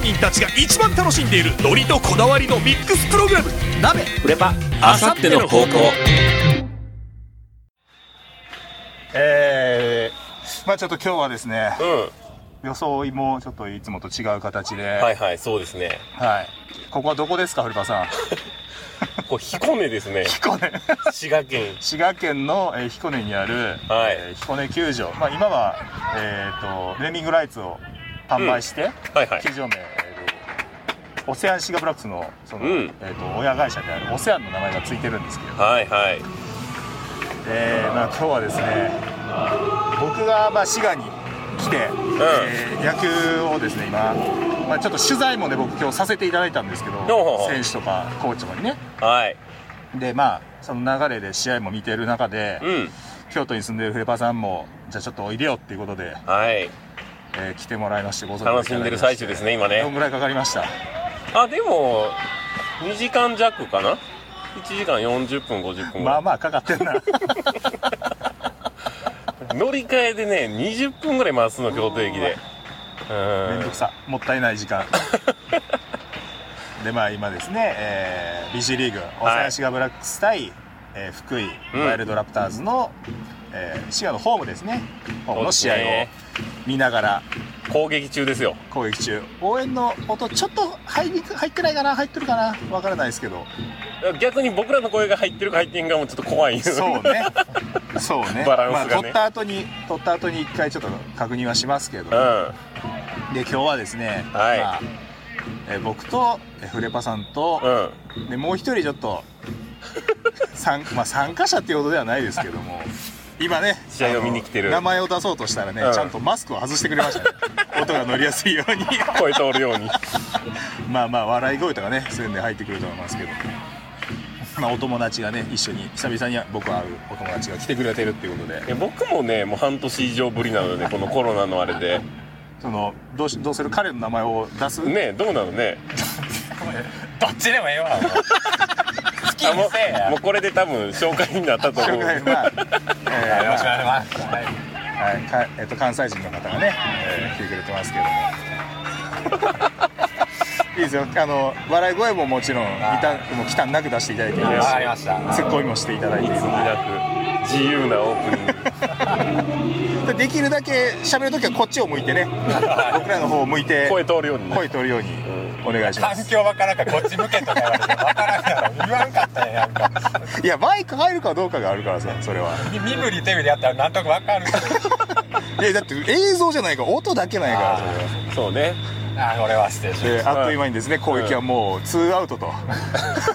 人たちが一番楽しんでいるノリとこだわりのミックスプログラム鍋フレパあさっての方向えー、まあちょっと今日はですね、う装いもちょっといつもと違う形で、んははいいはいそうですねここはどこですか、古川さん。こう彦根 ですね彦根。滋賀県滋賀県の、えー彦根にある、はいえー彦根球場。まあ、今は、えー、とネーミングライツを販売して、はいはい球場名、えーとオセアンシガブラックスのその、うんえー、と親会社であるオセアンの名前がついてるんですけれど、はいはいえーまあ、今日はですね僕が、まあ、滋賀に来て、えー野球をですね今、まあ、ちょっと取材もね僕今日させていただいたんですけどおう選手とかコーチとかにねはいでまあその流れで試合も見てる中で、うん京都に住んでるフレパさんもじゃあちょっとおいでよっていうことで、はいえー来てもらいましてご相談い楽たしだんきでましる最中ですね今どんねぐらいかかりましたあでも2時間弱かな1時間40分50分ぐまらあまあかかってるない乗り換えでね20分ぐらい回すの京都駅でうめんどんくさもったいな い時間でまあ今ですね、えー、BC リーグ大阪滋賀ブラックス対、えー福井うんワイルドラプターズの、えー滋賀のホームですねホームの試合をそうですね見ながら攻撃中ですよ攻撃中応援の音ちょっと入り入ってないかな入ってるかなわからないですけど逆に僕らの声が入ってるか入ってんかもちょっと怖いよそうね。 そうね。バランスがねまあ、取った後に、取った後に一回ちょっと確認はしますけど。 うんで、は今日はですね、はいまあえー僕と、えーフレパさんうと、んで、もう一人ちょっと、参まあ、参加者っていうことではないですけども、今ね、試合を見に来てるあの名前を出そうとしたらね、うんちゃんとマスクを外してくれました ね。音が乗りやすいように。声通るようにまあまあ、笑い声とかね、そういうので入ってくると思いますけど。まあ、お友達がね、一緒に、久々に僕は会うお友達が来てくれてるっていうことで。え僕もねもう半年以上ぶりなのでこのコロナのあれでそのどうしどうする彼の名前を出す、ねどうなのねどっちでもええわ。好きあもにせえうや。もうこれで多分紹介になったと まあ、思うえーまあよろしくお願いします。はいはいかえっと関西人の方がね、えー来てくれてますけども いいですよあの笑い声ももちろんあ忌憚もう忌憚なく出していただいていいですわしかりました。ツッコミもしていただいいてつになく自由なオープニングでできるだけ喋るときはこっちを向いてね僕らの方を向いて声通るようにね声取るようにお願いしま環す境わからんからこっち向けとか言われてわからんから言わんかったんやんかいやマイク入るかどうかがあるからさそれは身振り手振りやったらなんとかわかるけどいやだって映像じゃないから音だけないからそれはそうねあ俺は失礼しまであっという間にですね攻撃はもうツーアウト と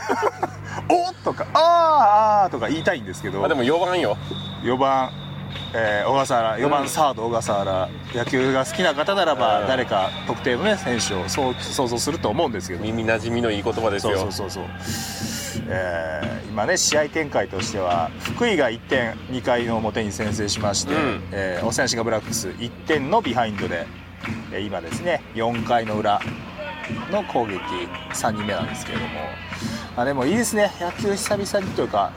「おっ!」とか「あーあー」とか言いたいんですけどまあでも4番よ4番、えー小笠原4うん番サード小笠原、野球が好きな方ならばうん誰か特定のね選手をそう想像すると思うんですけど耳なじみのいい言葉ですそうそようそうそう、えー今ね試合展開としては福井が1点2回の表に先制しまして、うんえーオセアンシガブラックス1点のビハインドで、えー今ですね4回の裏の攻撃3人目なんですけれども、まあ、でもいいですね野球久々にというか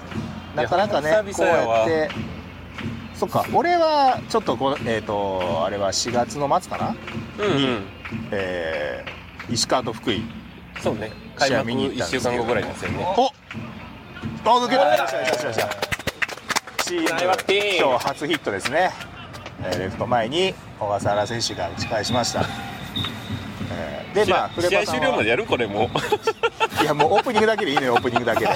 なかなかいやね久こう々やわやってそっか俺はちょっとこうえっ、とあれは4月の末かな、うんうんえー石川と福井そうね開試合幕見に行った1んで週すけど間後ぐらいですよねおあ抜けた。よしよしよしよしよしチームナイワピン今日初ヒットですね。えーレフト前に小笠原選手が打ち返しました。えーで試まあ合フレ試合パさ終ん了まではやるこれもういやもうオープニングだけでいいのよオープニングだけで。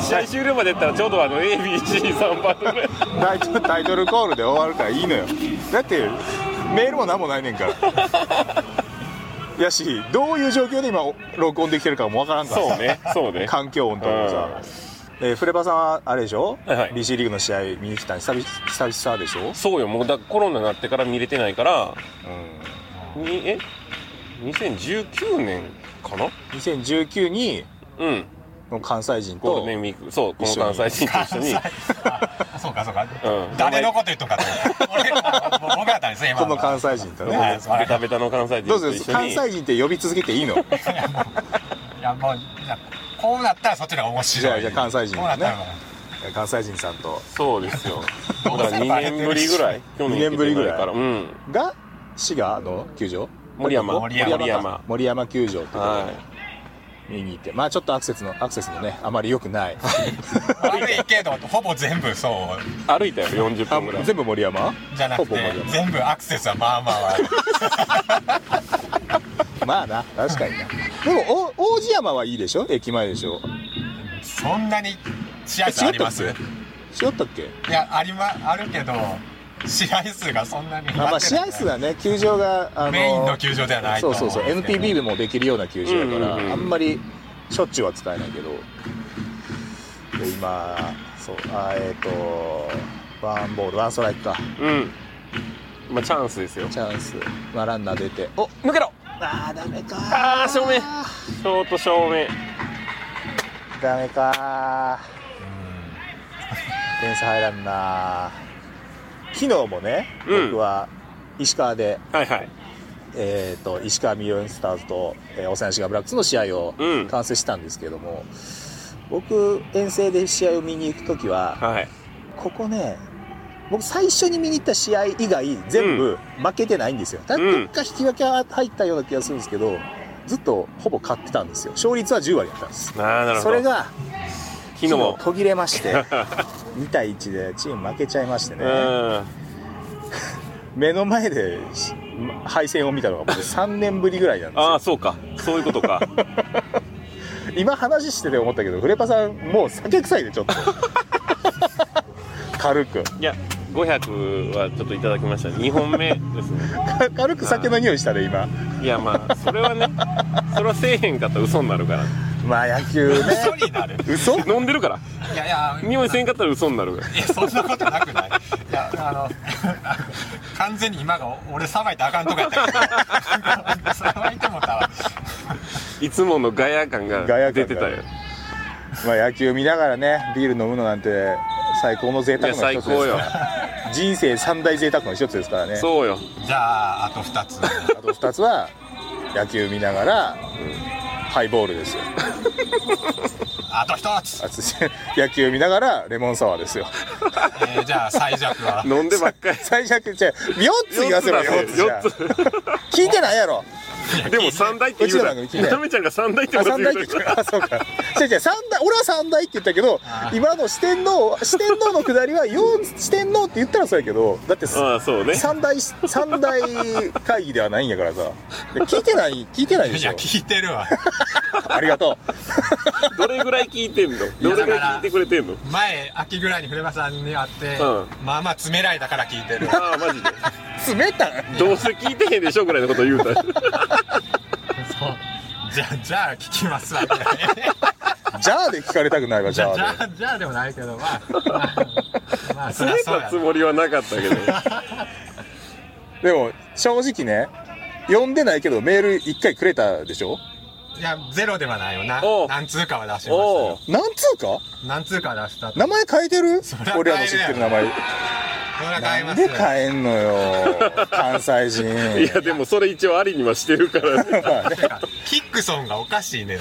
試合終了までやったらちょうどあの ABC3 番ぐらいタイトルタイトルコールで終わるからいいのよ。だってメールも何もないねんから。やしどういう状況で今お録音できてるかもわからんからさそうねそうね環境音とかもさ。えーフレパさんはあれでしょ、はいはい BC リーグの試合見に来たん久々久々でしょ、そうよもうだコロナになってから見れてないからうん、にえ2019年かな2019にうんの関西人ゴーとルデンウィークそうこ一緒のに関西人と一緒にあそうかそうか、うん誰のこと言っとんかと思って俺もう僕だったんですね今このは関西人とはねいベタベタの関西ど人うすと一緒る関に西人って呼び続けていいのいやもういやこうなったらそっちの方が面白いじゃあじゃあ関西人こうなったらもう関西人さんとそうです よだどうかせら2年ぶりぐらい去二年ぶりぐらい行けてなからうんが滋賀の球場も森山森森山山森山か森山球場ってところは見に行ってまあちょっとアクセスのアクセスもねあまり良くない悪いけどほぼ全部そうい歩いたよ40あ分ぐらい全部森山じゃなくほぼて森山全部アクセスはまあまあ悪いまあな確かになでもお王子山はいいでしょ駅前でしょそんなに試合数ありますえい違ったっけやありまあるけど試合数がそんなにあまあ試合数はね球場があメインの球場ではないとそう思そうそう NPB でもできるような球場やから、うんうんうんあんまりしょっちゅうは使えないけどで今そうあえっ、とワンボールワンストライクかうんまあチャンスですよチャンス、まあ、ランナー出ておお抜けろあーダメかあー正面ショート正面ダメか点差入らんな昨日もね、うん僕は石川で、はいはいえー、と石川ミリオンスターズと、えー、オサシガブラックスの試合をうん完成したんですけども、僕遠征で試合を見に行く時ははいここね僕最初に見に行った試合以外全部負けてないんですよ、ただどっか引き分けは入ったような気がするんですけどずっとほぼ勝ってたんですよ勝率は10割だったんですあーなるほどそれが昨昨日日途切れまして 2対1でチーム負けちゃいましてうね、ん目の前でし敗戦を見たのが僕3年ぶりぐらいなんですよああそうかそういうことか今話してて思ったけどフレパさんもう酒臭いでちょっと軽くいや500はちょっといただきましたね2本目ですねか軽く酒の匂いしたね今いやまあそれはねそれはせえへんかったら嘘になるからまあ野球ね嘘になる嘘飲んでるからいやいや匂いせんかったら嘘になるからいやそんなことなくないいやあの 完全に今が俺さばいてあかんとかやったけどさばいてもたわいつものガヤ感ガヤが感が出てたよまあ野球見ながらねビール飲むのなんて最高の贅い沢やの一つで最高すよ人生三大贅沢の一つですからねそうよじゃああと2つあと2つは野球見ながら、ハイボールですよあと1つ、あつ 野球見ながらレモンサワーですよえーじゃあ最弱 は飲んでばっかり最弱違う4つ言わせろ4つじゃん四つ聞いてないやろでも三大って言うなうちの番組聞いてないダメちゃんが三大ってあまず三言大うってた言っかたらあそうか違う違う三大俺は三大って言ったけど今の四天王四天王のくだりは四四天王って言ったらそうやけどだってああそうね三大三大会議ではないんやからさで聞いてない聞いてないでいしやょ聞いてるわありがとどれぐらい聞いてんのどれぐらい聞いてくれてんの前秋ぐらいに古場さんに会って、うまあまあ詰められたから聞いてるわああマジでう冷たいどうせ聞いてへんでしょぐらいのこと言うたそうじゃあじゃあ聞きますわねじゃあで聞かれたくないわじじゃゃあじあゃであじゃあでもないけどまあまあまあそ詰りゃめそうやたつなもりはなかったけどでも正直ね読んでないけどメール一回くれたでしょいやゼロではないよなおう何通かは出しましたおおよなんつうか何通かは出したと名前変えてるそりゃ変えるやろ俺らの知ってる名前それは買いなまんすでよ変えんのよ関西い人やでもそれ一応ありにはしてるからねてかキックソンがおかしいねん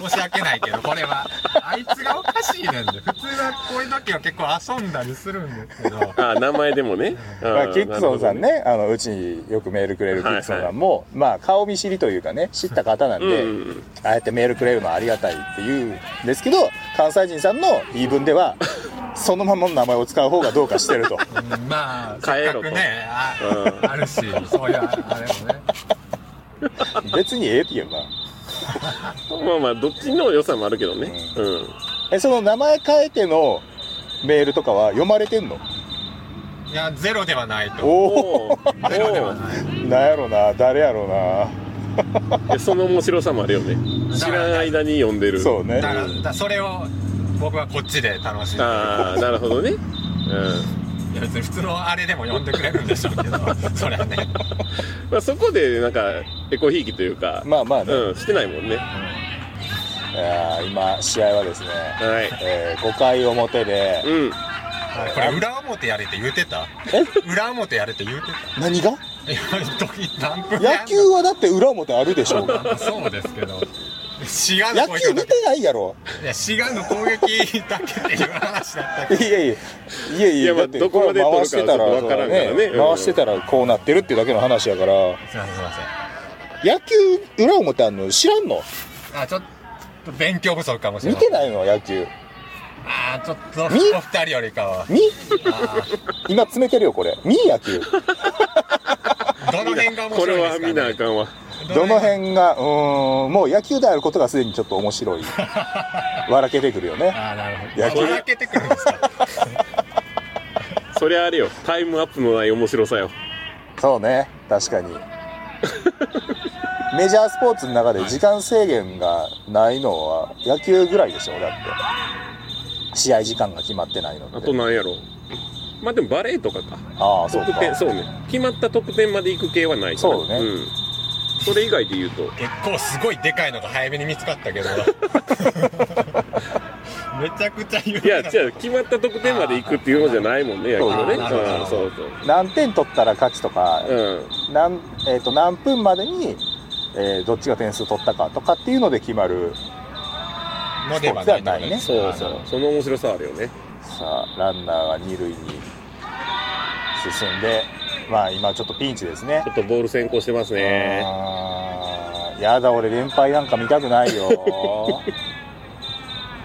申し訳ないけどこれはあいつがおかしいねんで普通はこういう時は結構遊んだりするんですけどああ名前でもねまああ、キックソンさんねあのうちによくメールくれるキックソンさんも、まあ顔見知りというかね知った方なんで、うんうんああやってメールくれるのはありがたいっていうんですけど関西人さんの言い分ではそのままの名前を使う方がどうかして るとうんまあ変せえっろかとくねあ,、うんあるしそういうああれもね別にええって言えばまあまあどっちの良さもあるけどねうんえその名前変えてのメールとかは読まれてんのいやゼロではないとおおおーゼロではないなんやろな誰やろなえその面白さもあるよね知らん間に読んでるそうねだからだからそれを僕はこっちで楽しんでああなるほどねうんいや別に普通のあれでも呼んでくれるんでしょうけど それはねまあそこでなんかエコひいきというかまあまあね、うんしてないもんねいやー今試合はですね、はいえー5回表で、うんこれ裏表やれって言うてたえ裏表やれって言うてた何がいや時々何分やん野の 球はだって裏表あるでしょうがそうですけど滋賀の野球攻撃見だてないやろ。けいや滋賀の攻撃だけっていう話だったけいどやいや、いやいいや、やまあだってどこまでこれ回してた取るら、かはちょっとわからんからねそうだ回してたらこうなってるっていうだけの話やから、すいませんすいま野球裏表あんの知らんのせんあちょっと勉強不足かもしれ見ないてないの野球。ああちょっとお見二人よりかは 見あ今詰めてるよ、これ。見野球。ーどの辺が面こ白れいではすか、見ね、なあかんわどのが辺が、うーん、もう野球であることがすでにちょっと面白い。笑けてくるよね。ああなるほど野球笑けてくるんですかそりゃあれよタイムアップのない面白さよそうね、確かに。 メジャースポーツの中で時間制限がないのは野球ぐらいでしょ、だって。試合時間が決まってないのって。あとなんやろまあでもバレーとかかああ、そう得か。点そうね決まった得点まで行く系はないからそうねん、それ以外で言うと結構すごいでかいのが早めに見つかったけどめちゃくちゃ有いや名な違う決まった得点まで行くっていうのじゃないもんね野球はねそうだねうんそうそう何点取ったら勝ちとか、うん何えー、と何分までに、えーどっちが点数取ったかとかっていうので決まるのではないそうだねそうそうその面白さあるよねさあランナーが二塁に進んでまあ今ちょっとピンチですねちょっとボール先行してますねあーやだ俺連敗なんか見たくな いよ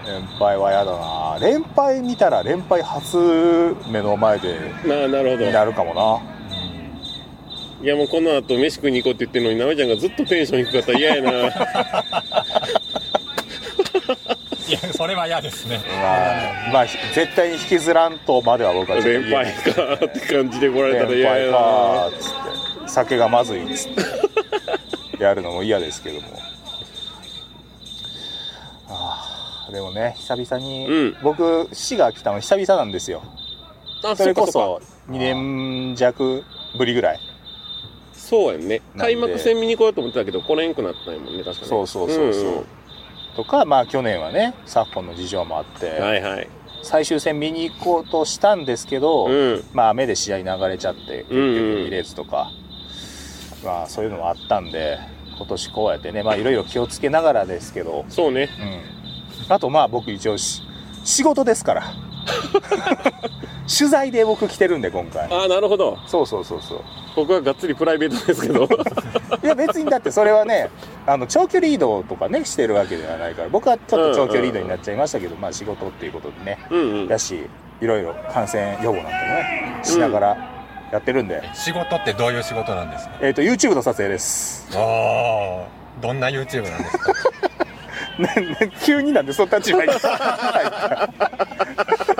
連敗はやだな連敗見たら連敗初目の前でまあなるほどになるかもないやもうこの後飯食いに行こうって言ってるのになめちゃんがずっとテンション低かったら嫌や ないやそれは嫌ですねまあ、まあ、ひ絶対に引きずらんとまでは僕はちょっと言え連ない敗かって感じで来られたら先嫌輩やかなーっつって酒がまずいっつ ってやるのも嫌ですけどもあーでもね久々に、うん僕滋賀来たの久々なんですよあそれこっかっかそ2年弱ぶりぐらいそうやんねなんで開幕戦見に来ようと思ってたけど来れんくなったんやもんね確かにそうそうそうそう、んとかまあ去年はね昨今の事情もあって、うんはいはい最終戦見に行こうとしたんですけど、うんまあ雨で試合流れちゃって結う局んうん見れずとか、まあそういうのもあったんで今年こうやってねまあいろいろ気をつけながらですけど、そうねうん、あとまあ僕一応し仕事ですから取材で僕来てるんで今回ああなるほどそうそうそうそう僕はがっつりプライベートですけ どいや別にだってそれはねあの長距離移動とかねしてるわけではないから僕はちょっと長距離移動になっちゃいましたけど、まあ仕事っていうことでねうんうんだしいろいろ感染予防なんかもねしながらやってるんで、仕事ってどういう仕事なんですかえっ、と YouTube の撮影です。 ああどんな YouTube なんですかなな急になんでそんな立場に。い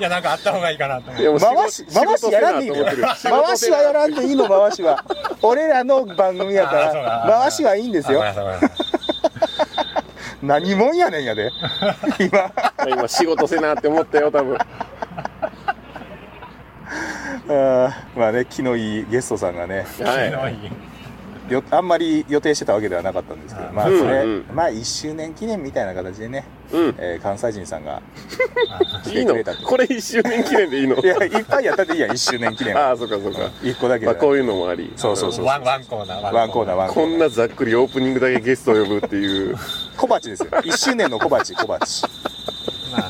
やなんかあった方がいいかなと思っいてもう仕事回し回しやらんでいいのよ。仕事せなと思ってる回しはやらんでいいの回しは。 俺らの番組やかあそらうか回しはいいんですよあ。ごめんなさいごめんなさい何もんやねんやで。今。 今仕事せなって思ったよ多分あーまあね気のいいゲストさんがねはひどいよあんまり予定してたわけではなかったんですけどあーまあそれ、うんうまあ1周年記念みたいな形でね、い、うん、えー関西人さんが来いていくのれたってこれ1周年記念でいいのいやいっぱいやったっていいや1周年記念あはあそっかそっか、 1個だけじまあ、ゃなこいういうのもありそうそうそうワンワンコーナーワンコーナーワンコーナーこんなざっくりオープニングだけゲストを呼ぶっていう小鉢ですよ1周年の小鉢小鉢まあ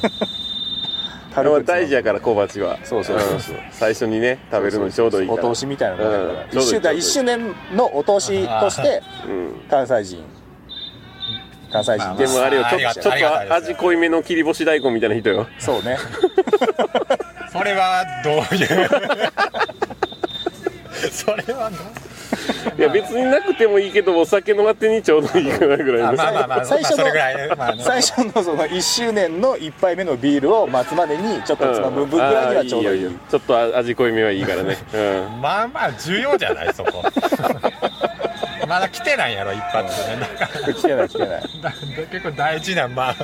あれはは大事やから小鉢はそうそうそうそうん最初にね食べるのにちょうどいいからお通しみたいなのがあるから、うん一周だから一周年のお通しとしてうん関西人関西人で、ですもあれよちょありがっとたいちょっありがたいですと味濃いめの切り干し大根みたいな人よそうねそれはどう いうそれはどういや別になくてもいいけどお酒のあてにちょうどいいかなぐらあいのまあまあまあ、最初のまあそれぐらい、まあね、最初のその1周年の1杯目のビールを待つまでにちょっとつまむ分ぐらいにはちょうどいい,、あーよよちょっと味濃いめはいいからねうんまあまあ重要じゃないそこ まだ来てないやろ一発でねだから来てない来てないだ結構大事なまあ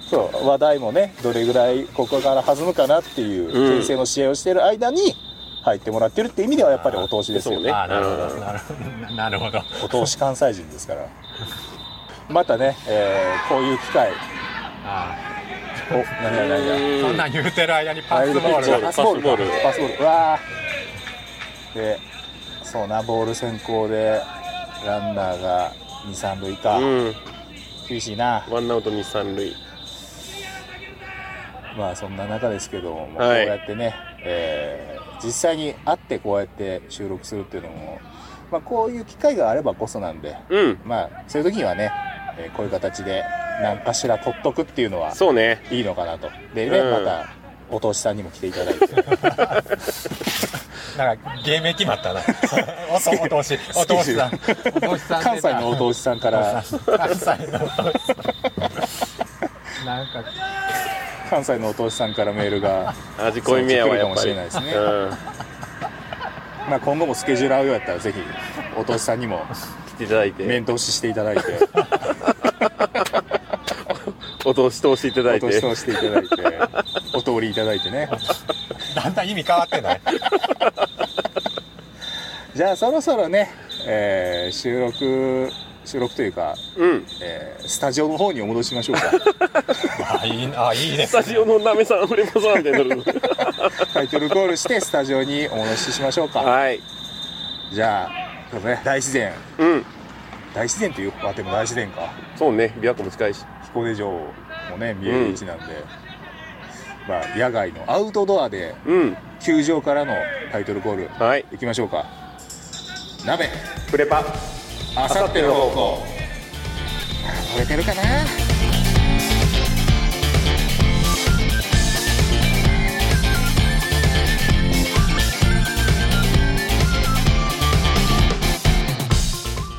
そう話題もねどれぐらいここから弾むかなっていううん先生の試合をしてる間に入ってもらってるって意味ではやっぱりお通しですよそうねねあなるほどなるほどなるほどお通し関西人ですからまたね、えーこういう機会あおなんだなんだーそんなん言うてる間にパワイスルボドピッールチパパススボボーールルだかパスボールうわーでそうなボール先行でランナーが23塁か、うんで厳しいな。ワンアウト二三塁。まあそんな中ですけども、まあはいこうやってね、えー実際に会ってこうやって収録するっていうのも、まあこういう機会があればこそなんで、うん。まあそういう時にはね、えーこういう形で何かしら取っとくっていうのはそうね。いいのかなと。でね、うまんた、お通しさんにも来ていただいて。なんか芸名決まったな おそお通しお通しさんお通しさん関西のお通しさんから、関西のお通しさんなんか関西のお通しさんからメールが、味濃いめやわやっぱそうり。来てくれるかもしれないですねうん。まあ今後もスケジュール合うようやったらぜひ、お通しさんにも来ていただいて、面通ししていただいて。お通し通していただいお通して。通していただいて、お通りいただいてね。だんだん意味変わってないじゃあそろそろね、えー収録、収録というか、うん。えースタジオの方にお戻しましょうか。あいいなあいいでスすタジオのなめさん、フレモさんってなるの。タイトルコールしてスタジオにお戻ししましょうか。 はい。じゃあ、そうね、大自然。うん。大自然というあでも大自然か。そうね。琵琶湖も近いし。彦根城もね、見える位置なんで、まあ野外のアウトドアで、うん。球場からのタイトルコール、はい。いきましょうか。鍋、プレパ。あさっての方向。取れてるかな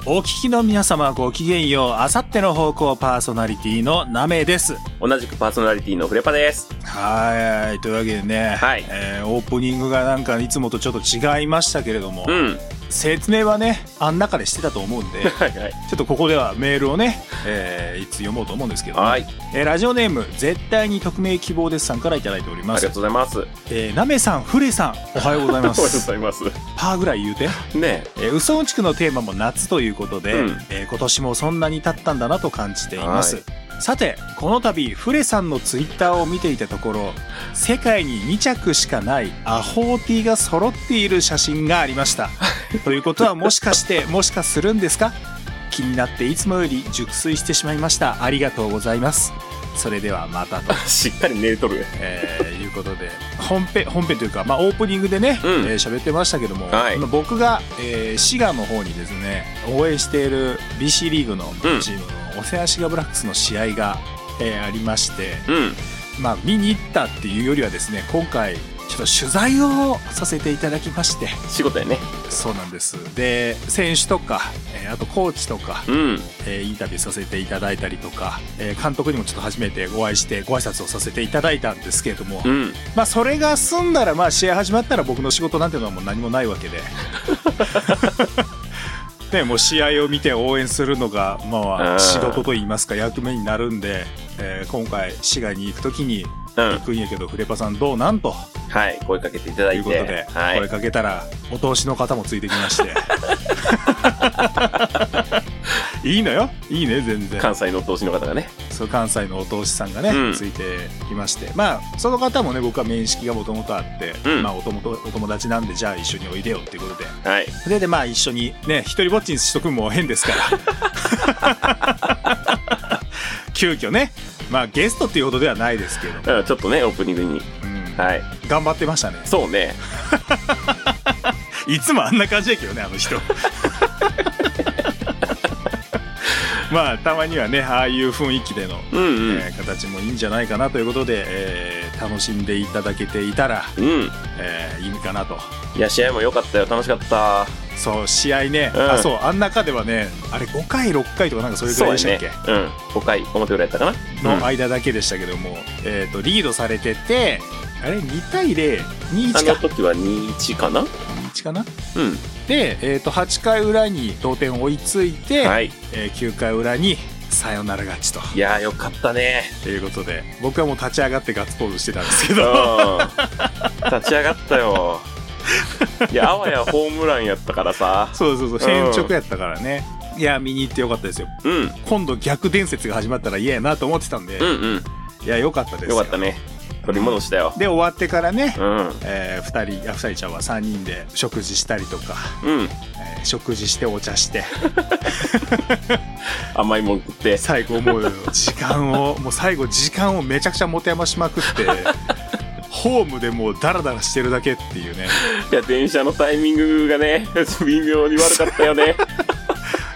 お聞きの皆様ごきげんよう。あさっての方向パーソナリティのナメです。同じくパーソナリティのフレパです。はい。というわけでね、はいえーオープニングがなんかいつもとちょっと違いましたけれども、うん。説明はね、あん中でしてたと思うん で、ちょはいはい。っとここではメールをね、えーいつ読もうと思うんですけど、はい。えーラジオネーム、絶対に匿名希望ですさんからいただいておりあまりがとすう。ございます。えー、ナメさん、フレさん、おはようございま おはようごす。ざいます。パーぐらい言うて。ねえー、ウソウンチクのテーマも夏ということで、うんえー今年もそんなに経ったんだなと感じています、はさてこの度フレさんのツイッターを見ていたところ世界に2着しかないアホーティーが揃っている写真がありま したということはもしかしてもしかするんですか気になっていつもより熟睡してしまいましたありがとうございますそれではまたと、え。 しっかり寝れとる。えーいうことで本編本編というか、まあ、オープニングでねうんえー喋、ってましたけども、はいまあ僕が、えー滋賀の方にですね応援している BC リーグのうんチームのオセアシガブラックスの試合が、えーありまして、うん。まあ、見に行ったっていうよりはですね今回ちょっと取材をさせていただきまして仕事やね。そうなんですで選手とか、えーあとコーチとか、うん。えーインタビューさせていただいたりとか、えー監督にもちょっと初めてご挨拶ご挨拶をさせていただいたんですけれども、うん。まあそれが済んだらまあ試合始まったら僕の仕事なんてのはもう何もないわけ で。ね、もう試合を見て応援するのが、まうんあ、仕事といいますか役目になるんで、えー今回滋賀に行く時にうん行。くんやけどフレパさんどうなんとはい。声かけていただいいうて。ことで、はい声。かけたらお通しの方もついてきまして いいのよいいね全然関西の投資の方がね。そう関西のお通しさんがね、うんついてきましてまあその方もね僕は面識がもともとあって、うんまあおともとお友達なんでじゃあ一緒においでよっていうことではい。それでまあ一緒にね一人ぼっちにしとくんも変ですから 急遽ねまあゲストっていうほどではないですけど、うんちょっとね、オープニングに。うんはい。頑張ってましたねそうね。いつもあんな感じやけどねあの 人まあたまにはねああいう雰囲気でのうんうん。えー形もいいんじゃないかなということで、えー楽しんでいただけていたら、うん。えーいいかなといや、試合も良かったよ。楽しかった。そう試合ね、うんあそうあん中ではねあれ5回6回とかなんかそれぐらいでしたっけ、そうやね。うん。5回表ぐらいやったかな。の間だけでしたけども、えー、とリードされててあれ2対うん、あ021のか時は2-1かなうん。 1かなで、えー、と8回裏に同点を追いついて、はい。え9回裏にサヨナラ勝ちといやー、よかったね。いうことで僕はもう立ち上がってガッツポーズしてたんですけうどん。立ち上がった よ。いや、あわやホームランやったからさ。そうそうそうう変ん直やったからね、いや見に行ってよかったですようん。今度逆伝説が始まったら嫌やなと思ってたんで、うんうん。いや良かったですよよかったね。取り戻したよ。で終わってからね、うん。えー、2人あ2人ちゃんは3人で食事したりとか、うん。えー食事してお茶して 甘いもん食って。最後もう時間をもう最後時間をめちゃくちゃ持て余しまくって ホームでもうダラダラしてるだけっていうねいや、電車のタイミングがね、微妙に悪かったよね。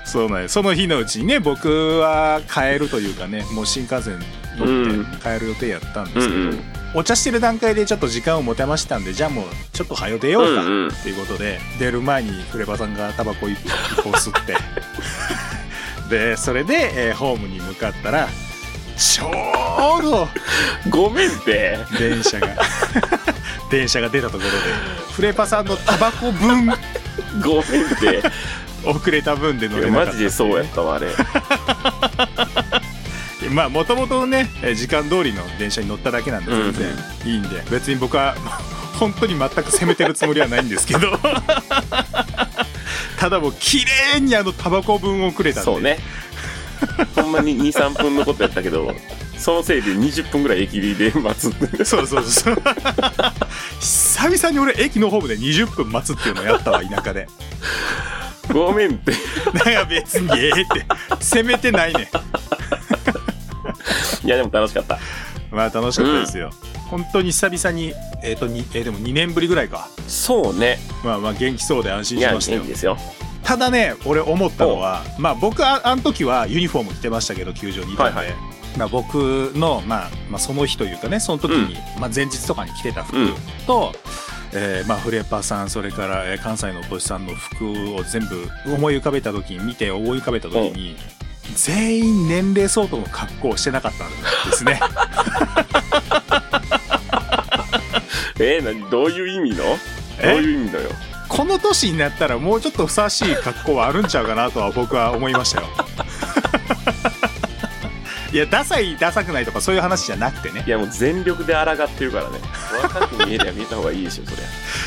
そうなんですその日のうちにね僕は帰るというかねもう新幹線乗って帰る予定やったんですけうんど、うん。お茶してる段階でちょっと時間を持てましたんでじゃあもうちょっと早出ようかうんうんっていうことで、出る前にフレバさんがタバコ一本吸 ってでそれで、えーホームに向かったらちょうどごめんって。電車 が電車が出たところでフレパさんのタバコ分ごめんって。遅れた分で乗いれやなかったマジでそうやったわ、あれ。 まあもともとねえー時間通りの電車に乗っただけなんで全然いいんで、別に僕は 本当に全く責めてるつもりはないんですけどただもう綺麗にあのタバコ分をくれたんでそうね。ほんまに2、3分のことやったけど、そのせいで20分ぐらい駅で待つって。そうそうそう久々に俺駅のホームで20分待つっていうのをやったわ田舎でごめんって。だから別にええって責めてないねんいや、でも楽しかった。まあ楽しかったですよ、本当に久々にえっ、とに、えーでも2年ぶりぐらいかそうね。まあまあ元気そうで安心いしや、ま元したよ気ですよ。ただね俺思ったのはまあ僕ああの時はユニフォーム着てましたけど球場にいたんで、はいはいまあ、僕の、まあ、まあその日というかねその時に、まあ、前日とかに着てた服と、えーまあ、フレパさんそれからえー関西のお年さんの服を全部思い浮かべた時に見て思い浮かべた時に、全員年齢相当の格好をしてなかったんですね えー、なに、どういう意味のどうえいう意味のよ。この年になったらもうちょっとふさわしい格好はあるんちゃうかなとは僕は思いましたよ いやダサいダサくないとかそういう話じゃなくてねいや、もう全力で抗ってるからね。若く見えりゃ見た方がいいでしょ、そりゃ。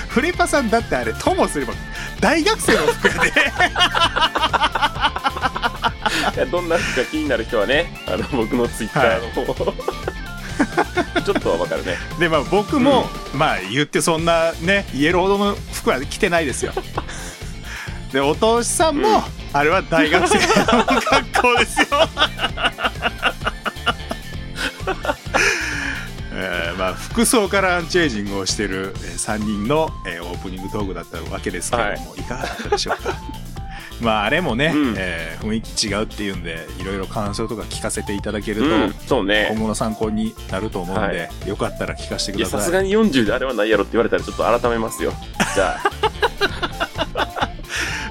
フレパさんだってあれともすれば大学生の服やで いやどんな服が気になる人はねあの僕のツイッターの方を、ちょっとは分かるねでまあ僕も、まあ言ってそんなねイエロードの服は着てないですよでお父さんも、うんあれは大学生の格好 ですよえーまあ、服装からアンチエイジングをしてる3人の、えーオープニングトークだったわけですけれども、い、かがだったでしょうか まああれもね、うんえー雰囲気違うっていうんでいろいろ感想とか聞かせていただけると、うんそう今ね後の参考になると思うんで、よかったら聞かせていくやださすさい。がに40であれはないやろって言われたらちょっと改めますよじゃあ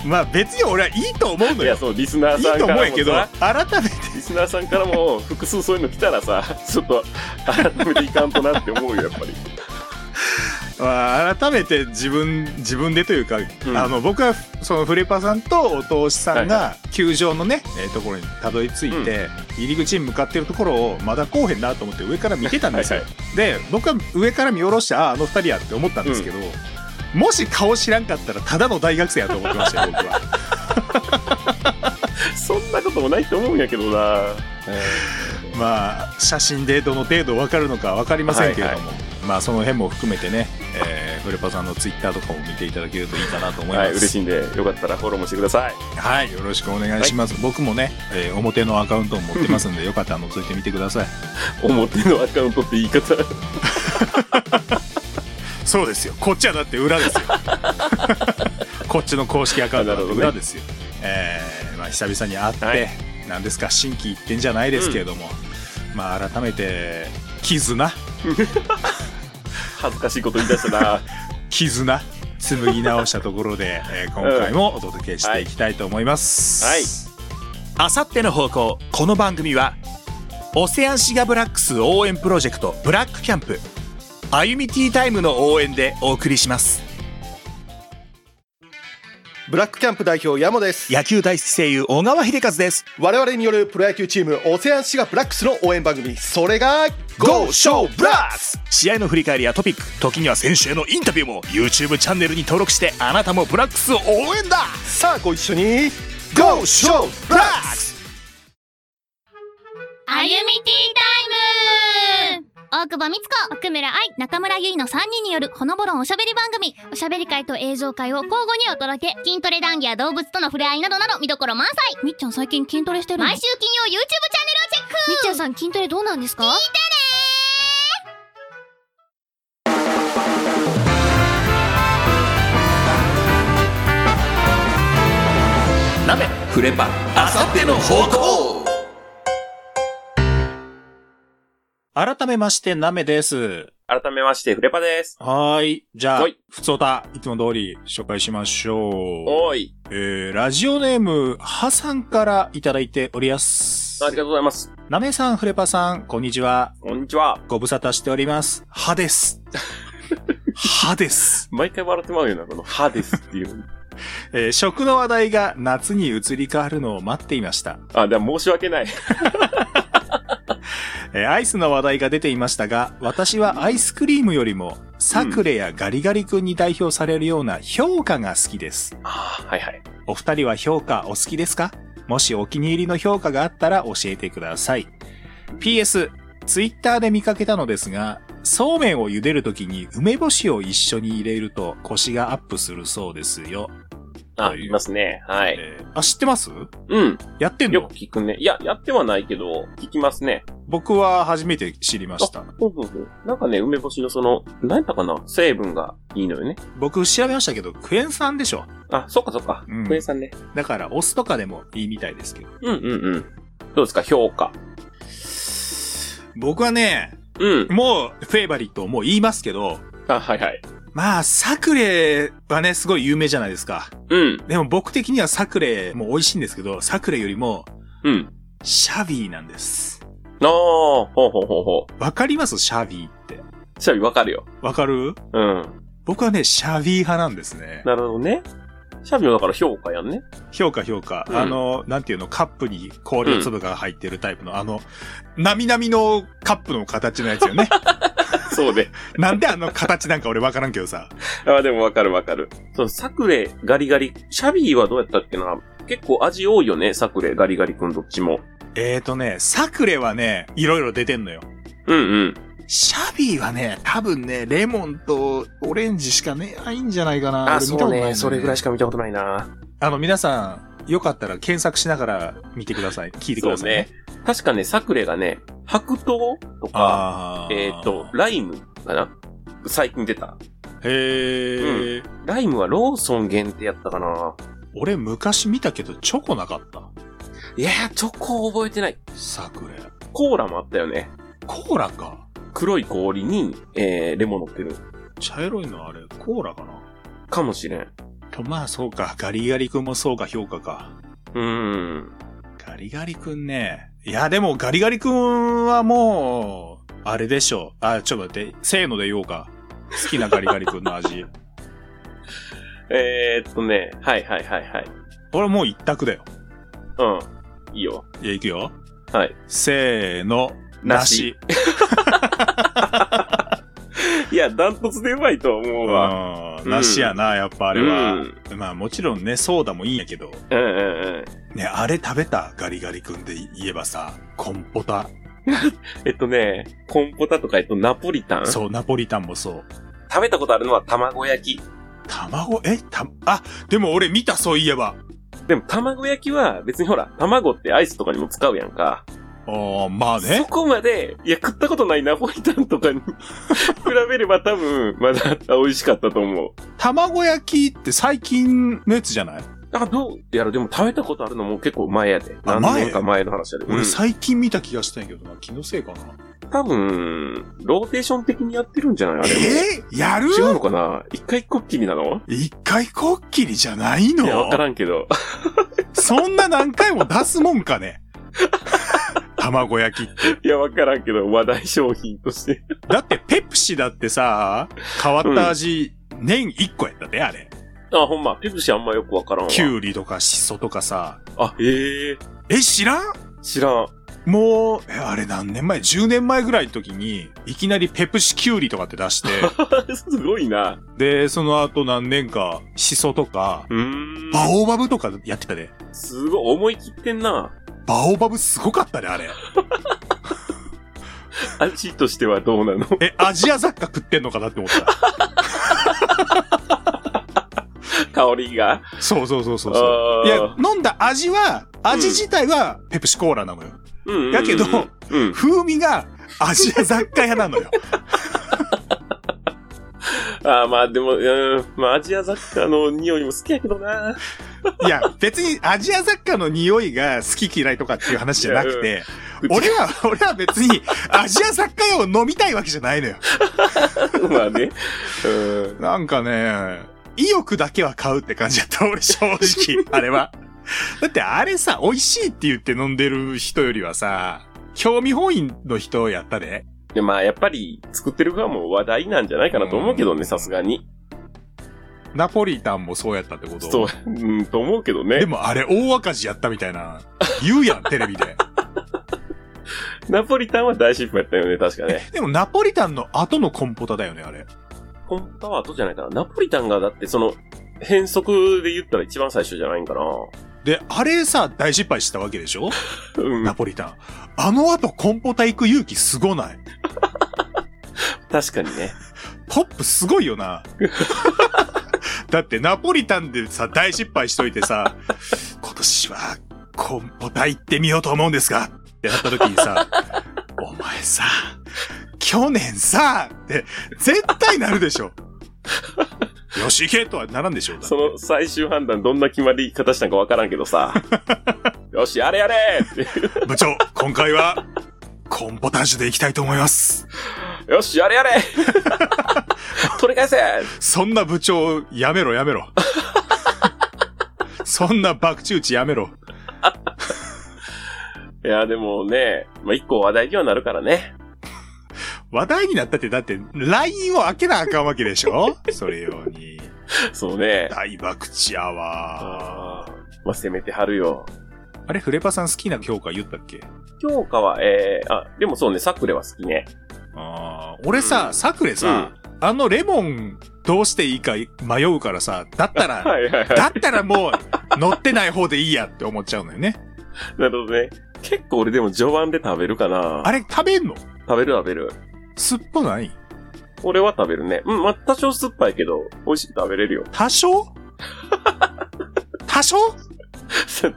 まあ別に俺はいいと思うのいやよ。そうリスナーいいさんとか思らもうやけどさ、改めて、リスナーさんからも複数そういうの来たらさちょっと改めていかんとなって思うよやっぱり まあ、改めて自分、自分でというか、んあの、僕は、そのフレパさんとお父さんはいが、球場のね、えーところにたどり着いて、入り口に向かってるところを、まだこうへんなと思って上から見てたんですよ。はいで、僕は上から見下ろして、ああ、あの二人やって思ったんですけど、もし顔知らんかったら、ただの大学生やと思ってましたよ、僕は。そんなこともないと思うんやけどな、まあ写真でどの程度分かるのか分かりませんけれども、まあその辺も含めてね、えー、フレパさんのツイッターとかも見ていただけるといいかなと思います。はい嬉しいんでよかったらフォローもしてくださいはい、よろしくお願いします。僕もね、えー表のアカウントも持ってます んで、よかったら覗いてみてください。表のアカウントって言い方そうですよ。こっちはだって裏 ですよ。こっちの公式アカウントだって裏ですよ。えーまあ久々に会って、はいなんですか、新規一点じゃないですけれども、まあ改めて、絆、恥ずかしいこと言い出したな絆紡ぎ直したところ で、えー今回もお届けしていきたいと思います、はいあさっての方向この番組はオセアンシガブラックス応援プロジェクトブラックキャンプ歩みティータイムの応援でお送りしますブラックキャンプ代表ヤモです野球大好き声優小川秀和です我々によるプロ野球チームオセアンシガブラックスの応援番組それが GO SHOW ブラックス試合の振り返りやトピック時には選手へのインタビューも YouTube チャンネルに登録してあなたもブラックスを応援ださあご一緒に GO SHOW ブラックスあゆみティータイム大久保光子、奥村愛、中村ゆいの3人によるほのぼろんおしゃべり番組、おしゃべり会と映像会を交互にお届け、筋トレ談義や動物との触れ合いなどなど見どころ満載。みっちゃん最近筋トレしてる毎週金曜 YouTube チャンネルをチェックみっちゃんさん筋トレどうなんですか聞いてね鍋フレパあさっての方向改めまして、ナメです。改めまして、フレパです。はーい。じゃあほい、ふつおた、いつも通り紹介しましょう。おーい。えー、ラジオネーム、はさんからいただいておりますあり。がとうございます。ナメさん、フレパさん、こんにちは。こんにちは。ご無沙汰しております。歯 です。歯です。毎回笑ってまうよな、この、歯ですっていう。えー食の話題が夏に移り変わるのを待っていました。あ、でも申し訳ない。えーアイスの話題が出ていましたが、私はアイスクリームよりも、サクレやガリガリ君に代表されるような評価が好きです。あーはいはい。お二人は評価お好きですかもしお気に入りの評価があったら教えてください。PS、ツイッターで見かけたのですが、そうめんを茹でるときに梅干しを一緒に入れると腰がアップするそうですよ。あ、といういますね。はい。えーあ、知ってますうん。やってんよのく聞くね。いや、やってはないけど、聞きますね。僕は初めて知りました。そうそうそう。なんかね、梅干しのその、なんやったかな成分がいいのよね。僕調べましたけど、クエン酸でしょ。あ、そっかそっか。うんクエン酸ね。だから、お酢とかでもいいみたいですけど。うんうんうん。どうですか評価。僕はね、うん。もう、フェイバリットをもう言いますけど、あ、はいはい。まあ、サクレはね、すごい有名じゃないですか。うん。でも僕的にはサクレも美味しいんですけど、サクレよりも、うん。シャビーなんです。ああ、ほうほうほうほう。わかりますシャビーって。シャビわかるよ。わかるうん。僕はね、シャビー派なんですね。なるほどね。シャビもだから評価やんね。評価評価。うんあの、なんていうの、カップに氷の粒が入ってるタイプの、あの、なみなみのカップの形のやつよね。 そうね。なんであの形なんか俺わからんけどさ。 あでもわかるわかる。そう、サクレ、ガリガリ。シャビはどうやったっけな結構味多いよね。サクレ、ガリガリくんどっちも。えーとね、サクレはね、いろいろ出てんのよ。うんうん。シャビーはね、多分ね、レモンとオレンジしかね、ないんじゃないかな。俺見たことないんだよしか見たことないな。あの、皆さん、よかったら検索しながら見てください。聞いてくださいね。確かね、サクレがね、白桃とか、あーえっ、と、。ライムかな最近出た。へえ、ライムはローソン限定やったかな俺昔見たけど、チョコなかった。いやー、チョコ覚えてない。サクレ。コーラもあったよね。コーラか。黒い氷に、えー、レモン乗ってる。茶色いのあれ、コーラかな。かもしれん。うとまあそうか、ガリガリ君もそうか、評価か。ーん。ガリガリ君ね。いや、でもガリガリ君はもう、あれでしょう。あ、ちょっと待って、せーので言おうか。好きなガリガリ君の 味。えー、っとね、はいはいはいはい。俺もう一択だよ。うん。いいよ。いや、行くよ。はい。せーの。なしいや、ダントツでうまいと思うわ。なし。うんなしやな、やっぱあれは。うんまあもちろんね、ソーダもいいんやけど。うんうんうん。ね、あれ食べたガリガリ君で言えばさ、コンポタ。えっとね、コンポタとか、えっと、ナポリタン。食そう、ナポリタンもそう。べたことあるのは卵焼き。卵、えた、あ、でも俺見た、そういえば。でも、卵焼きは別にほら、卵ってアイスとかにも使うやんか。ああ、まあそね。こまで、いや、食ったことないナポリタンとかに 比べれば多分、まだ美味しかったと思う。卵焼きって最近のやつじゃない、あ、どうやらでも食べたことあるのも結構前やで。あ何前年か前の話やで。う俺ん、最近見た気がしたんやけどな。気のせいかな。多分、ローテーション的にやってるんじゃないあれも。えーやる違うのかな一回こっきりなの一回こっきりじゃないのいや、わからんけど。 そんな何回も出すもんかね。卵焼きって。いや、わからんけど、話題商品として。だって、ペプシだってさ、変わった味、年1個やったで、あれ。あ、ほんま、ペプシあんまよくわからんわ。キュウリとかシソとかさ。あ、えええ、知らん知らん。もう、え、あれ何年前 ?10 年前ぐらいの時に、いきなりペプシキュウリとかって出 して、 すごいな。で、その後何年か、シソとか、うーん。バオバブとかやってたで。すごい、思い切ってんな。バオバブすごかったね、あれ。味としてはどうなの え、アジア雑貨食ってんのかなって思った。香りが。そうそうそうそうそう。いやあ、飲んだ味は、味自体はペプシコーラなのよ。ー、うんうんうんやけどうん。風味がアジア雑貨屋なの よ。ああ、まあでも、うん、まあアジア雑貨の匂いも好きやけど な。いや、別にアジア雑貨の匂いが好き嫌いとかっていう話じゃなくて、うん俺は、俺は別にアジア雑貨屋を飲みたいわけじゃないのよ。まあね。うん。なんかね、意欲だけは買うって感じだった、俺正直、あれ は。だってあれさ、美味しいって言って飲んでる人よりはさ、興味本位の人やったで。で、まあやっぱり作ってる側も話題なんじゃないかなと思うけどね、さすがに。ナポリタンもそうやったってことそう、うん、と思うけどでね。もあれ大赤字やったみたいな、言うやん、テレビ で。ナポリタンは大失敗やったよね、確かね。でもナポリタンの後のコンポタだよね、あれ。本当は後じゃないかな。ナポリタンがだってその、変則で言ったら一番最初じゃないんかな。で、あれさ、大失敗したわけでしょうんナ。ポリタン。あの後コンポタ行く勇気すごない。確かにね。ポップすごいよな。だってナポリタンでさ、大失敗しといてさ、今年はコンポタ行ってみようと思うんですが、ってなった時にさ、お前さ、去年さ、って絶対なるでしょ。よし行けとはならんでしょう。その最終判断どんな決まり方したんかわからんけど さ。よし、あれあれって。部長、今回は、コンポタージュで行きたいと思います。よし、あれあ れ取り返せそんな部長、やめろやめろ。そんな爆打ちやめろ。いや、でもね、まあ、一個話題にはなるからね。話題になったって、だって、LINE を開けなあかんわけでしょ それように。そうね。大爆打やわああ。まあ、せめてはるよ。ー。あれ、フレパさん好きな評価言ったっけ強化は、えー、あ、でもそうね、サクレは好きね。あー俺さ、サクレさ、あのレモンどうしていいか迷うからさ、だったら、はいはいはい。だったらもう乗ってない方でいいやって思っちゃうのよね。 なるほどね。結構俺でも序盤で食べるかな。 あれ食べんの食べる食べる。酸っぱない俺は食べるね。うん、まあ、多少酸っぱいけど、美味しく食べれるよ。多 少多少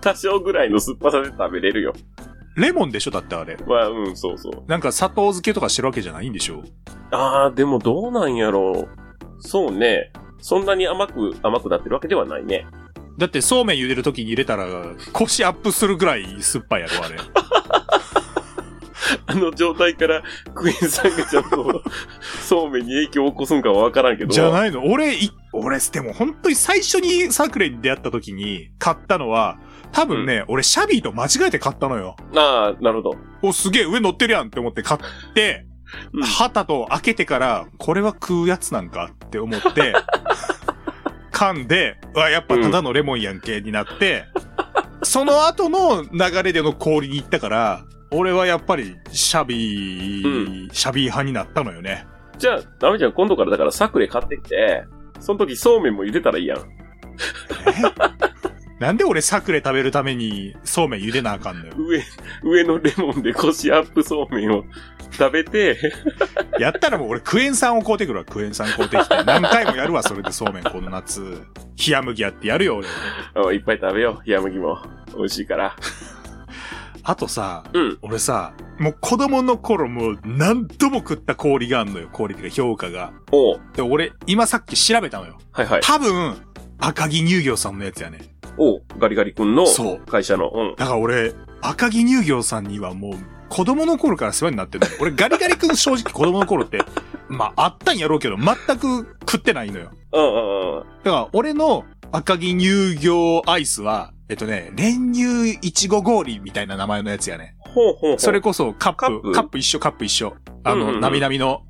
多少ぐらいの酸っぱさで食べれるよ。レモンでしょだってあれ。まあ、うん、そうそう。なんか砂糖漬けとかしてるわけじゃないんでしょあー、でもどうなんやろう。そうね。そんなに甘く、甘くなってるわけではないね。だってそうめん茹でる時に入れたら腰アップするぐらい酸っぱいやろあれ。あの状態から、クイーンさんがちゃんと、そうめんに影響を起こすんかはわからんけど。じゃいないの俺い、俺、でも本当に最初にサクレに出会った時に買ったのは、多分ね、俺シャビーと間違えて買ったのよ。あー、なるほど。お、すげえ上乗ってるやんって思って買って、うん旗と開けてから、これは食うやつなんかって思 って、噛んで、うわ、やっぱただのレモンやんけになって、その後の流れでの氷に行ったから、俺はやっぱりシャビー、シャビー派になったのよね。じゃあ、ダメじゃん、今度からだからサクレ買ってきて、その時そうめんも茹でたらいいやん。えなんで俺サクレ食べるためにそうめん茹でなあかんのよ。上、上のレモンで腰アップそうめんを食べて、 やったらもう俺クエン酸を買うてくるわ、クエン酸買うてきて。何回もやるわ、それでそうめんこの夏。冷麦やってやるよ、俺。あいっぱい食べよう、冷麦も。美味しいから。あとさ、うん俺さ、もう子供の頃もう何度も食った氷があんのよ、氷っていうか評価が。おうで、俺、今さっき調べたのよ。はいはい。多分、赤木乳業さんのやつやね。おうガリガリ君のそう会社の。うん。だから俺、赤木乳業さんにはもう、子供の頃から世話になってるのよ。俺、ガリガリ君正直子供の頃って、 まあ、あったんやろうけど、全く食ってないのよ。うんうんうん。だから、俺の赤木乳業アイスは、えっとね、練乳いちご氷みたいな名前のやつやね。ほうほうほう。それこそカップ、カカッッププ一緒、カップ一緒。あうんうんの、うんなみなみの、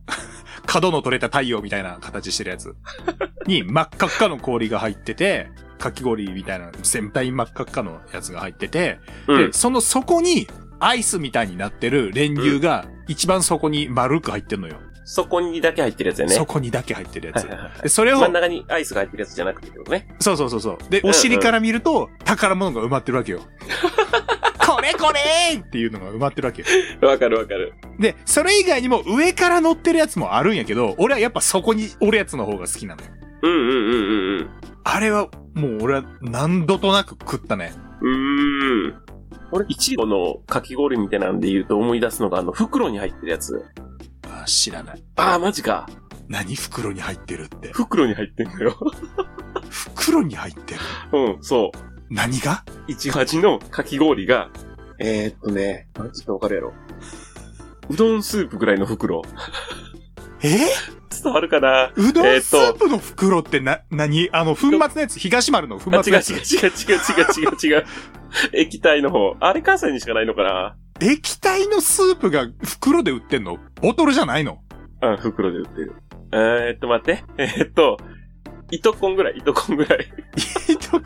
角の取れた太陽みたいな形してるや つ。に、真っ赤っかの氷が入ってて、かき氷みたいな、全体真っ赤っかのやつが入ってて、うんで、。その底に、アイスみたいになってる練乳が、一番底に丸く入ってるのよ。そこにだけ入ってるやつやね。そこにだけ入ってるやはいつは。いはいで、それを真ん、中にアイスが入ってるやつじゃなくてけどね。そうそうそうそう。で、んうんお尻から見ると、宝物が埋まってるわけよ。これこれーっていうのが埋まってるわけよ。わかるわかる。で、それ以外にも上から乗ってるやつもあるんやけど、俺はやっぱそこにおるやつの方が好きなのよ。うんうんうんうんあれは、もう俺は何度となく食ったね。うん。うーん。俺、いちごのかき氷みたいなんで言うと思い出すのが、あの、袋に入ってるやつ。あ知らない。ああ、マジか。何袋に入ってるって。袋に入ってんだよ。 袋に入ってる。うん、そう。何がいちご味のかき氷が、えー、っとね、あちょっとわかるやろ。うどんスープぐらいの袋。え伝わるかなうどえんーっスーとプの袋ってな、何あの、粉末のやつ、東丸の粉あ、違う末のや違うつ。違う違う違う違う違う。液体の方。あれ関西にしかないのかな液体のスープが袋で売ってんのボトルじゃないのうん、袋で売ってる。えー、っと、待って。えー、っと、糸コンぐらい、糸コンぐらい。いとこ。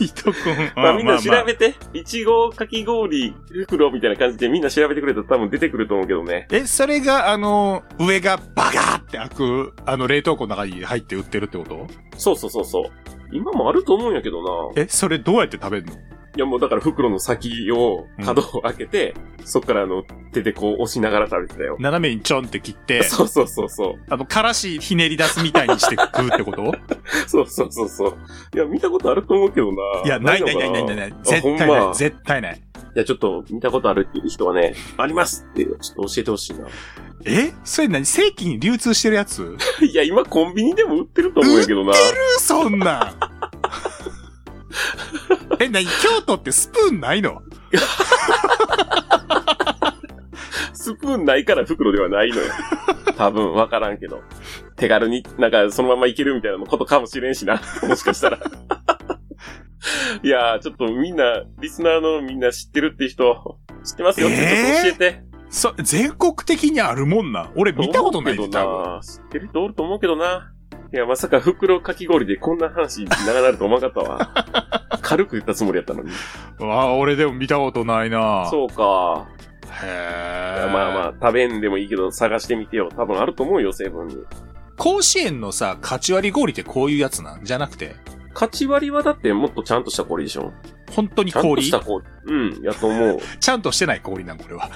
いとこ。まあみんな調まあまあべて。いちごかき氷袋みたいな感じでみんな調べてくれたら多分出てくると思うけどね。え、それが、あの、上がバガーって開く、あの、冷凍庫の中に入って売ってるってことそうそうそうそう。今もあると思うんやけどな。え、それどうやって食べるのいやもうだから袋の先を、角を開けて、そっからあの、手でこう押しながら食べてたよ。斜めにちょんって切って、そうそうそうそう。あの、からしひねり出すみたいにして食うってこと そうそうそうそう。いや、見たことあると思うけどな。いや、ないないのなかいないないない。あ絶ほん対なまい。。絶対ない。いや、ちょっと見たことあるっていう人はね、ありますっていう、ちょっと教えてほしいな。えそれ何正規に流通してるやついや、今コンビニでも売ってると思うんやけどな。そん なんえ、何京都ってスプーンないのスプーンないから袋ではないの よ。多分、わからんけど。手軽に、なんか、そのままいけるみたいなことかもしれんし な。もしかしたら。いやー、ちょっとみんな、リスナーのみんな知ってるって人、知ってますよってちょっと教えて。そ、全国的にあるもんな。俺見たことないとで思う多け分どな。知ってる人おると思うけどな。いや、まさか袋かき氷でこんな話に長なると思わなかったわ。 軽く言ったつもりやったのに。あ、俺でも見たことないなそうか。いへやえ。まあまあ、食べんでもいいけど探してみてよ。多分あると思うよ、成分に。甲子園のさ、勝ち割り氷ってこういうやつなんじゃなくて、勝ち割りはだってもっとちゃんとした氷でしょ本当にちゃんと氷した氷。うん、やと思う。ちゃんとしてない氷なん、これ は。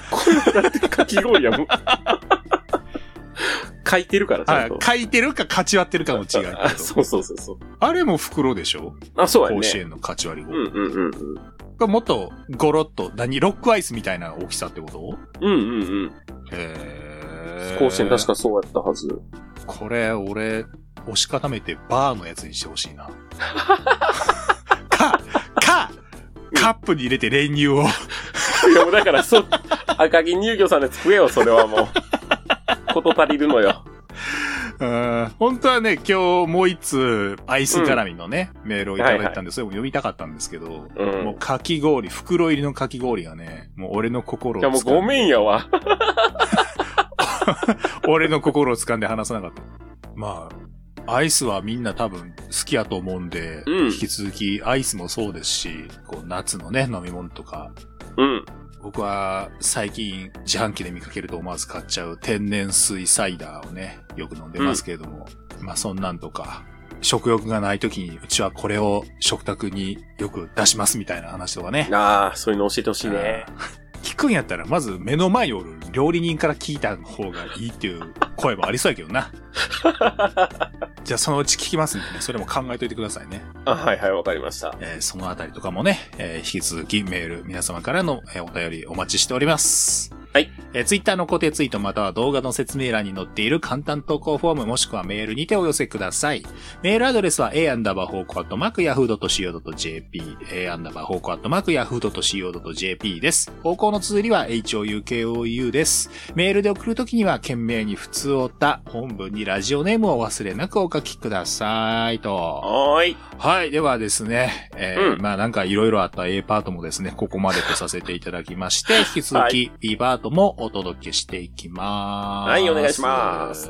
かき氷やもん。書いてるから、ちゃあんと。書いてるか勝ち割ってるかも違うけど。あ そうそうそうそう。あれも袋でしょあ、そうや甲子ね。園の勝ち割りうん氷。うんうんこれもっとゴロッと、何ロックアイスみたいな大きさってことうん。うんうんうへん。え。甲子園確かそうやったはず。これ、俺、押し固めてバーのやつにしてほしい な。か、か、カップに入れて練乳を。いや、もうだから、そ、赤木乳業さんで作れよ、それは もう。こと足りるのよ。うん本当はね、今日もう一通、アイス絡みのね、メールをいただいたんで、それも読みたかったんですけど、うんもうかき氷、袋入りのかき氷がね、もう俺の心いを掴や、んもでうごめんやわ。 俺の心を掴んで話さなかった。まあ、アイスはみんな多分好きやと思うんで、うん引き続きアイスもそうですし、こう夏のね、飲み物とか、うん。僕は最近自販機で見かけると思わず買っちゃう天然水サイダーをね、よく飲んでますけれども、まあそんなんとか、食欲がない時にうちはこれを食卓によく出しますみたいな話とかね。ああ、そういうの教えてほしいね。聞くんやったらまず目の前におる料理人から聞いた方がいいっていう声もありそうやけどな。じゃあそのうち聞きますんでね、それも考えといてくださいね。あ、はいはい、わかりました。えーそのあたりとかもね、えー引き続きメール皆様からの、えーお便りお待ちしております。はい。えー、ツイッターの固定ツイートまたは動画の説明欄に載っている簡単投稿フォームもしくはメールにてお寄せください。メールアドレスは a アンダーバー方向アットマーク yahoo.co.jp a アンダーバー方向アットマーク yahoo.co.jp です。方向の綴りは houkou です。メールで送るときには懸命に普通おた本文にラジオネームを忘れなくお書きくださいと。はーい。はい。ではですね、えーうんまあなんかいろいろあった A パートもですね、ここまでとさせていただきまして、引き続はき B パートもお届けしていきます。はいお願いします。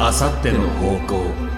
あさっての方向